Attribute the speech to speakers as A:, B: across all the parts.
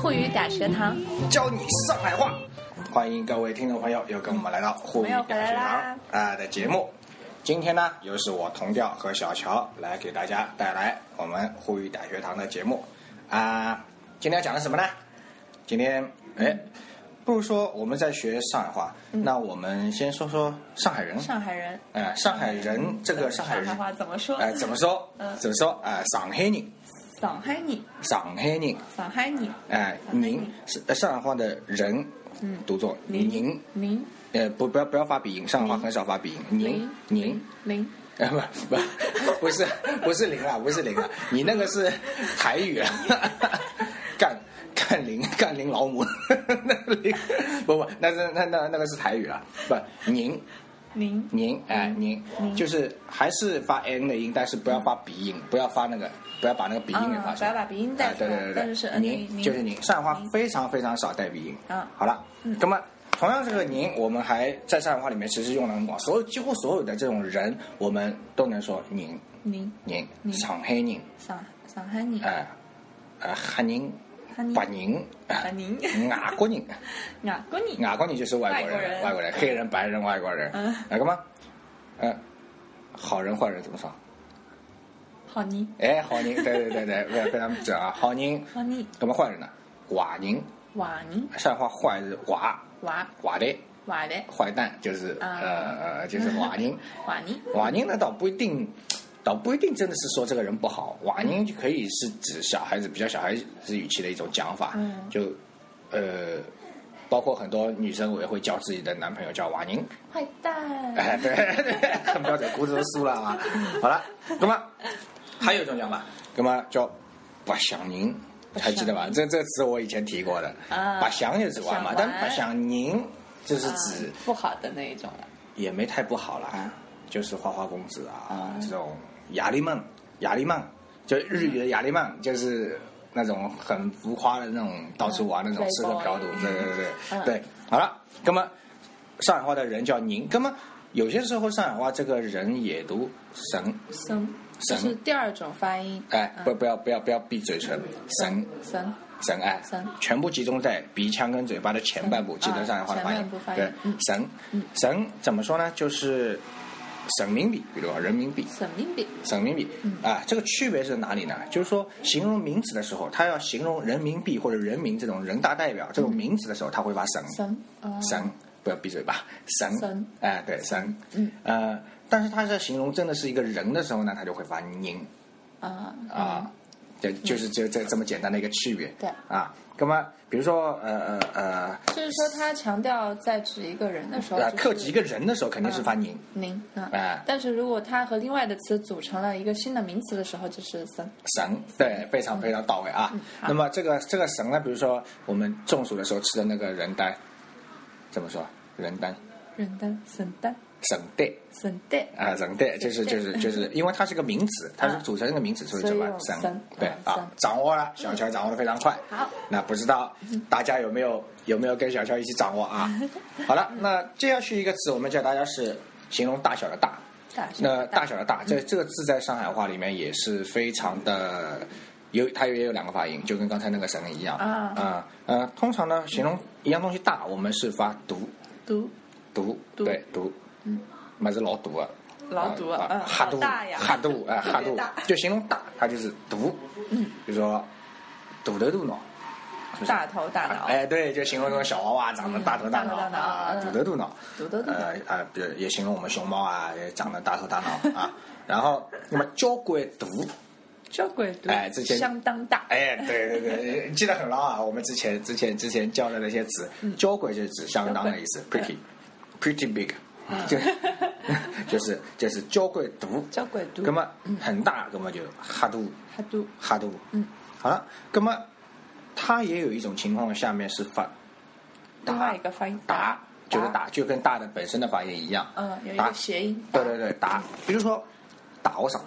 A: 沪语大学堂，
B: 教你上海话。欢迎各位听众朋友又跟我们来到
A: 嗯
B: 沪语大学堂啊、呃的节目。今天呢，又是我童调和小乔来给大家带来我们沪语大学堂的节目啊、今天要讲的什么呢？今天哎，不如说我们在学上海话，那我们先说说上海人。
A: 嗯上海人，
B: 呃，上海人这个上海
A: 上
B: 人
A: 海，话怎么说？
B: 呃，怎么说？
A: 嗯
B: 怎么说？啊，上海人，
A: 上海人，
B: 上海人。
A: 上海人，
B: 哎、您是呃上海话的人，
A: 嗯
B: 读作
A: 您
B: 您，
A: 您
B: 呃，不，不要不要发鼻音，上海话很少发鼻音，您
A: 您
B: 您，
A: 您，
B: 呃，不不 不是不是零啊，不是零啊，你那个是台语啊，干干零干零老母， 那个零不不，那是那那那个是台语啊，不您
A: 您，
B: 您哎您
A: 您
B: 就是还是发 n 的音，但是不要发鼻音，不要发那个不要把那个鼻音给发
A: 啊，
B: 出
A: 不
B: 来
A: 要。把鼻音带
B: 哎，
A: 出
B: 对对
A: 来
B: 对，
A: 但是是
B: 对，
A: 嗯您，
B: 您就是您，上海话非常非常少带鼻音。
A: 嗯
B: 好了，
A: 嗯
B: 那么同样这个您，我们还在上海话里面其实用的很广，所有几乎所有的这种人，我们都能说您
A: 您，
B: 您
A: 您
B: 上海人，
A: 上上海人，
B: 哎呃汉人、
A: 哈尼
B: 白人、
A: 啊 您，
B: 外国人，
A: 外国人，
B: 外国人就是外
A: 外
B: 国
A: 国
B: 人，
A: 人
B: 外国人，黑人、白人、外国人，
A: 嗯
B: 那个嘛，呃，好人坏人怎么说？
A: 好人，
B: 哎，好人，对对对对， 非非常准啊，好人，
A: 好人，
B: 那么坏人呢？坏人。
A: 坏人，
B: 上海话坏是瓦
A: 坏
B: 瓦的
A: 坏的，
B: 坏蛋，就是、
A: 啊
B: 呃呃就是瓦 宁。
A: 坏人，
B: 瓦宁呢倒不一定，倒不一定真的是说这个人不好，瓦宁就可以是指小孩子比较小孩子语气的一种讲法，
A: 嗯
B: 就呃。包括很多女生也会叫自己的男朋友叫瓦 宁，
A: 坏蛋，啊
B: 哎，对，对很标准，胡子都梳了啊。 好了，那么还有一种讲法，那么叫白相宁，还记得吧？这这个词我以前提过的，
A: 啊
B: 白相就是玩嘛，
A: 白相
B: 但
A: 玩
B: 白相宁就是
A: 啊
B: 指
A: 不好的那一种了，
B: 也没太不好啦，就是花花公子啊
A: 啊，
B: 这种雅丽曼，雅丽曼就日语的雅丽曼，就是那种很浮夸的那种到处玩那种
A: 嗯
B: 吃喝嫖赌，
A: 对
B: 对对对对
A: 嗯
B: 对。好了，那么上海话的人叫您，那么有些时候上海话这个人也读神，
A: 生，这
B: 神
A: 是第二种发音，
B: 哎，
A: 嗯
B: 不不要不要不要闭嘴唇，神
A: 生，
B: 神哎
A: 神，
B: 全部集中在鼻腔跟嘴巴的前半部，
A: 神
B: 记得上海话的发
A: 啊前
B: 音
A: 半部发。音
B: 对
A: 嗯，
B: 神
A: 嗯
B: 神怎么说呢？就是省民币，比如说人民币。
A: 神命病，
B: 省民币
A: 嗯
B: 啊，这个区别是哪里呢？就是说，形容名词的时候，它要形容人民币或者人民这种人大代表这种名词的时候，它会把省
A: 神，啊
B: 神，不要闭嘴吧，神
A: 神，
B: 哎，对，神，
A: 嗯，
B: 呃，但是它在形容真的是一个人的时候呢，它就会发您
A: 啊
B: 啊，，就就是就这这么简单的一个区别，
A: 对
B: 啊，那么比如说呃呃呃
A: 嗯就是说他强调在指一个人的时候
B: 呃，，
A: 就是嗯
B: 克己一个人的时候肯定是发您，
A: 您啊
B: 哎，
A: 但是如果它和另外的词组成了一个新的名词的时候，就是神，
B: 神，对，非
A: 嗯
B: 常非常到位啊。
A: 好
B: 那么这个这个神呢，比如说我们中暑的时候吃的那个人丹，怎么说？人丹，
A: 人丹、神丹、
B: 神丹
A: 神丹，
B: 啊，神丹就是就是就是，因为它是个名词，它是
A: 嗯
B: 组成一个名词，所以
A: 所
B: 就
A: 以
B: 把
A: 用
B: 神
A: 神
B: 对
A: 嗯神
B: 啊，掌握了，小乔掌握的非常快。
A: 嗯好，
B: 那不知道大家有没有有没有跟小乔一起掌握啊？好了，那接下去一个词，我们教大家是形容大小的大。
A: 大嗯神
B: 那大小的大，这这个字在上海话里面也是非常的有，它也有两个发音，就跟刚才那个神一样
A: 啊
B: 啊呃，通常呢，形容一样东西大，我们是发毒
A: 毒
B: 毒，
A: 毒
B: 对毒，
A: 嗯，
B: 嘛是老毒啊，
A: 老毒啊嗯
B: 哈
A: 好
B: 毒
A: 大呀
B: 哈毒哎哈
A: 特
B: 毒
A: 别大，
B: 就形容大，它就是毒，
A: 嗯，
B: 就说堵头堵脑，是不是
A: 大头大脑，
B: 哎对，就形容那种小娃娃长得大头大
A: 大
B: 脑
A: 头大脑
B: 啊，
A: 嗯
B: 堵头堵脑。
A: 毒的毒
B: 呃啊，比如也形容我们熊猫啊，也长得大头大脑啊。然后，那么交鬼毒，
A: 交鬼毒，
B: 哎之前
A: 相当大，
B: 哎，对对对，记得很牢啊。 我们之前之前之前教的那些词，
A: 嗯
B: 交鬼就是指相当的意思
A: 交
B: ，pretty pretty big，就
A: 嗯
B: 就是就是交鬼毒，
A: 交鬼毒，
B: 那么很大，那么就哈毒
A: 哈毒，
B: 哈毒。
A: 嗯，
B: 好了，那么它也有一种情况，下面是发
A: 另外一个发音
B: 达，就是
A: 达
B: 打，就跟大的本身的发音一样。
A: 嗯，有一
B: 达
A: 个嗯谐音，
B: 对对对，打，比如说打我嗓，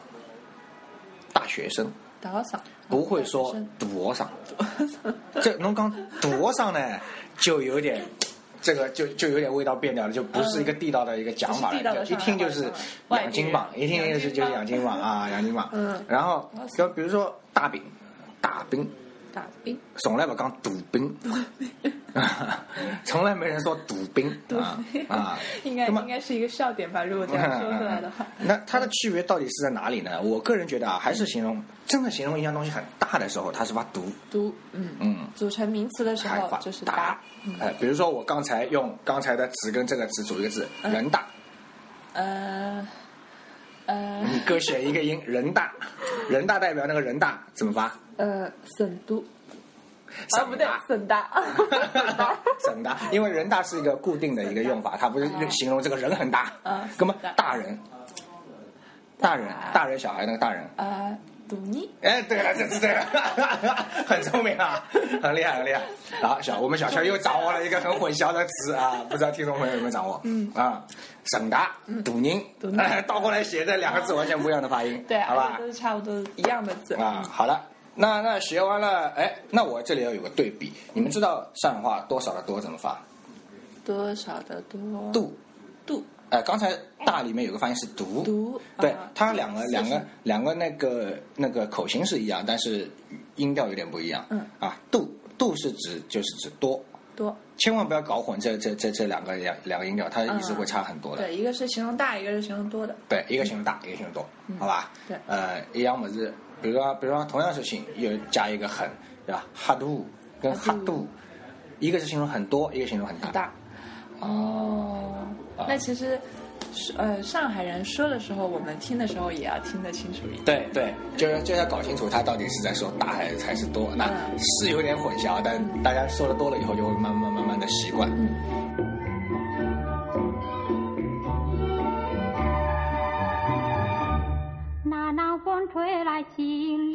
B: 大学生
A: 打赏，
B: 不会说赌我嗓， 这侬讲赌我嗓呢，就有点。这个就就有点味道变掉了，就不是一个地道的一个讲
A: 嗯
B: 法
A: 不是地道
B: 了，
A: 的
B: 就一
A: 上海
B: 听就
A: 话
B: 是
A: 了外地
B: 两斤
A: 人
B: 棒，一听
A: 两
B: 就是
A: 斤
B: 就是
A: 棒
B: 两斤棒啊，两斤棒。
A: 嗯
B: 然后
A: 我嗓
B: 就比如说大饼，大饼，
A: 大 兵，
B: 从来不讲赌兵， 从来没人说赌兵啊啊！
A: 应该
B: 那么
A: 应该是一个笑点吧？如果这样说出来的话，
B: 那它的区别到底是在哪里呢？我个人觉得啊，还是形容真的形容一样东西很大的时候，它是把毒
A: 读嗯
B: 嗯
A: 组成名词的时
B: 开
A: 候
B: 化
A: 就是嗯
B: 大
A: 达，，
B: 哎，比如说我刚才用刚才的词跟这个词组一个字，
A: 嗯
B: 人大，
A: 呃呃
B: 你各选一个音，人大，人大代表那个人大怎么发？
A: 呃省都啊
B: 省
A: 不对
B: 大
A: 省大，
B: 省大，因为人大是一个固定的一个用法，它不是
A: 啊
B: 形容这个人很大
A: 啊，
B: 那么
A: 是的
B: 大人，大人，大人小孩那个大人。
A: 呃赌你
B: 哎，对了，这是对了，很聪明啊，很厉害，很厉害。好，小我们小乔又掌握了一个很混淆的词啊，不知道听众朋友有没有掌握？嗯啊，省达、赌宁
A: 赌，宁
B: 哎 倒过来写这两个字完全不一样的发音，
A: 对，而
B: 好
A: 且
B: 吧
A: 都？是差不多一样的字，
B: 啊，好了，那那学完了，哎，那我这里要有个对比，你们知道上海话多少的多怎么发？
A: 多少的多
B: 度，
A: 度
B: 哎，刚才大里面有个发音是读，
A: 读，
B: 对
A: 啊，
B: 它两个
A: 四
B: 两
A: 声
B: 个两个那个那个口型是一样，但是音调有点不一样。
A: 嗯
B: 啊，度度是指就是指多，
A: 多，
B: 千万不要搞混这这这这两个两两个音调，它意思
A: 嗯
B: 会差很多的。
A: 对，一个是形容大，一个是形容多的，
B: 对，一个形容大，一个形容多，好吧？
A: 嗯对
B: 呃，一样么子，比如说比如说同样事情，又加一个很，对吧？哈度跟
A: 哈
B: 哈
A: 度
B: 度，一个是形容很多，一个形容很大。
A: 很大。哦，
B: 啊
A: 那其实是呃，上海人说的时候，我们听的时候也要听得清楚一点。
B: 对对，就是就要搞清楚他到底是在说大还是还是多，那
A: 嗯
B: 是有点混淆，但大家说的多了以后，就会慢慢慢慢的习惯。
C: 那南风吹来，心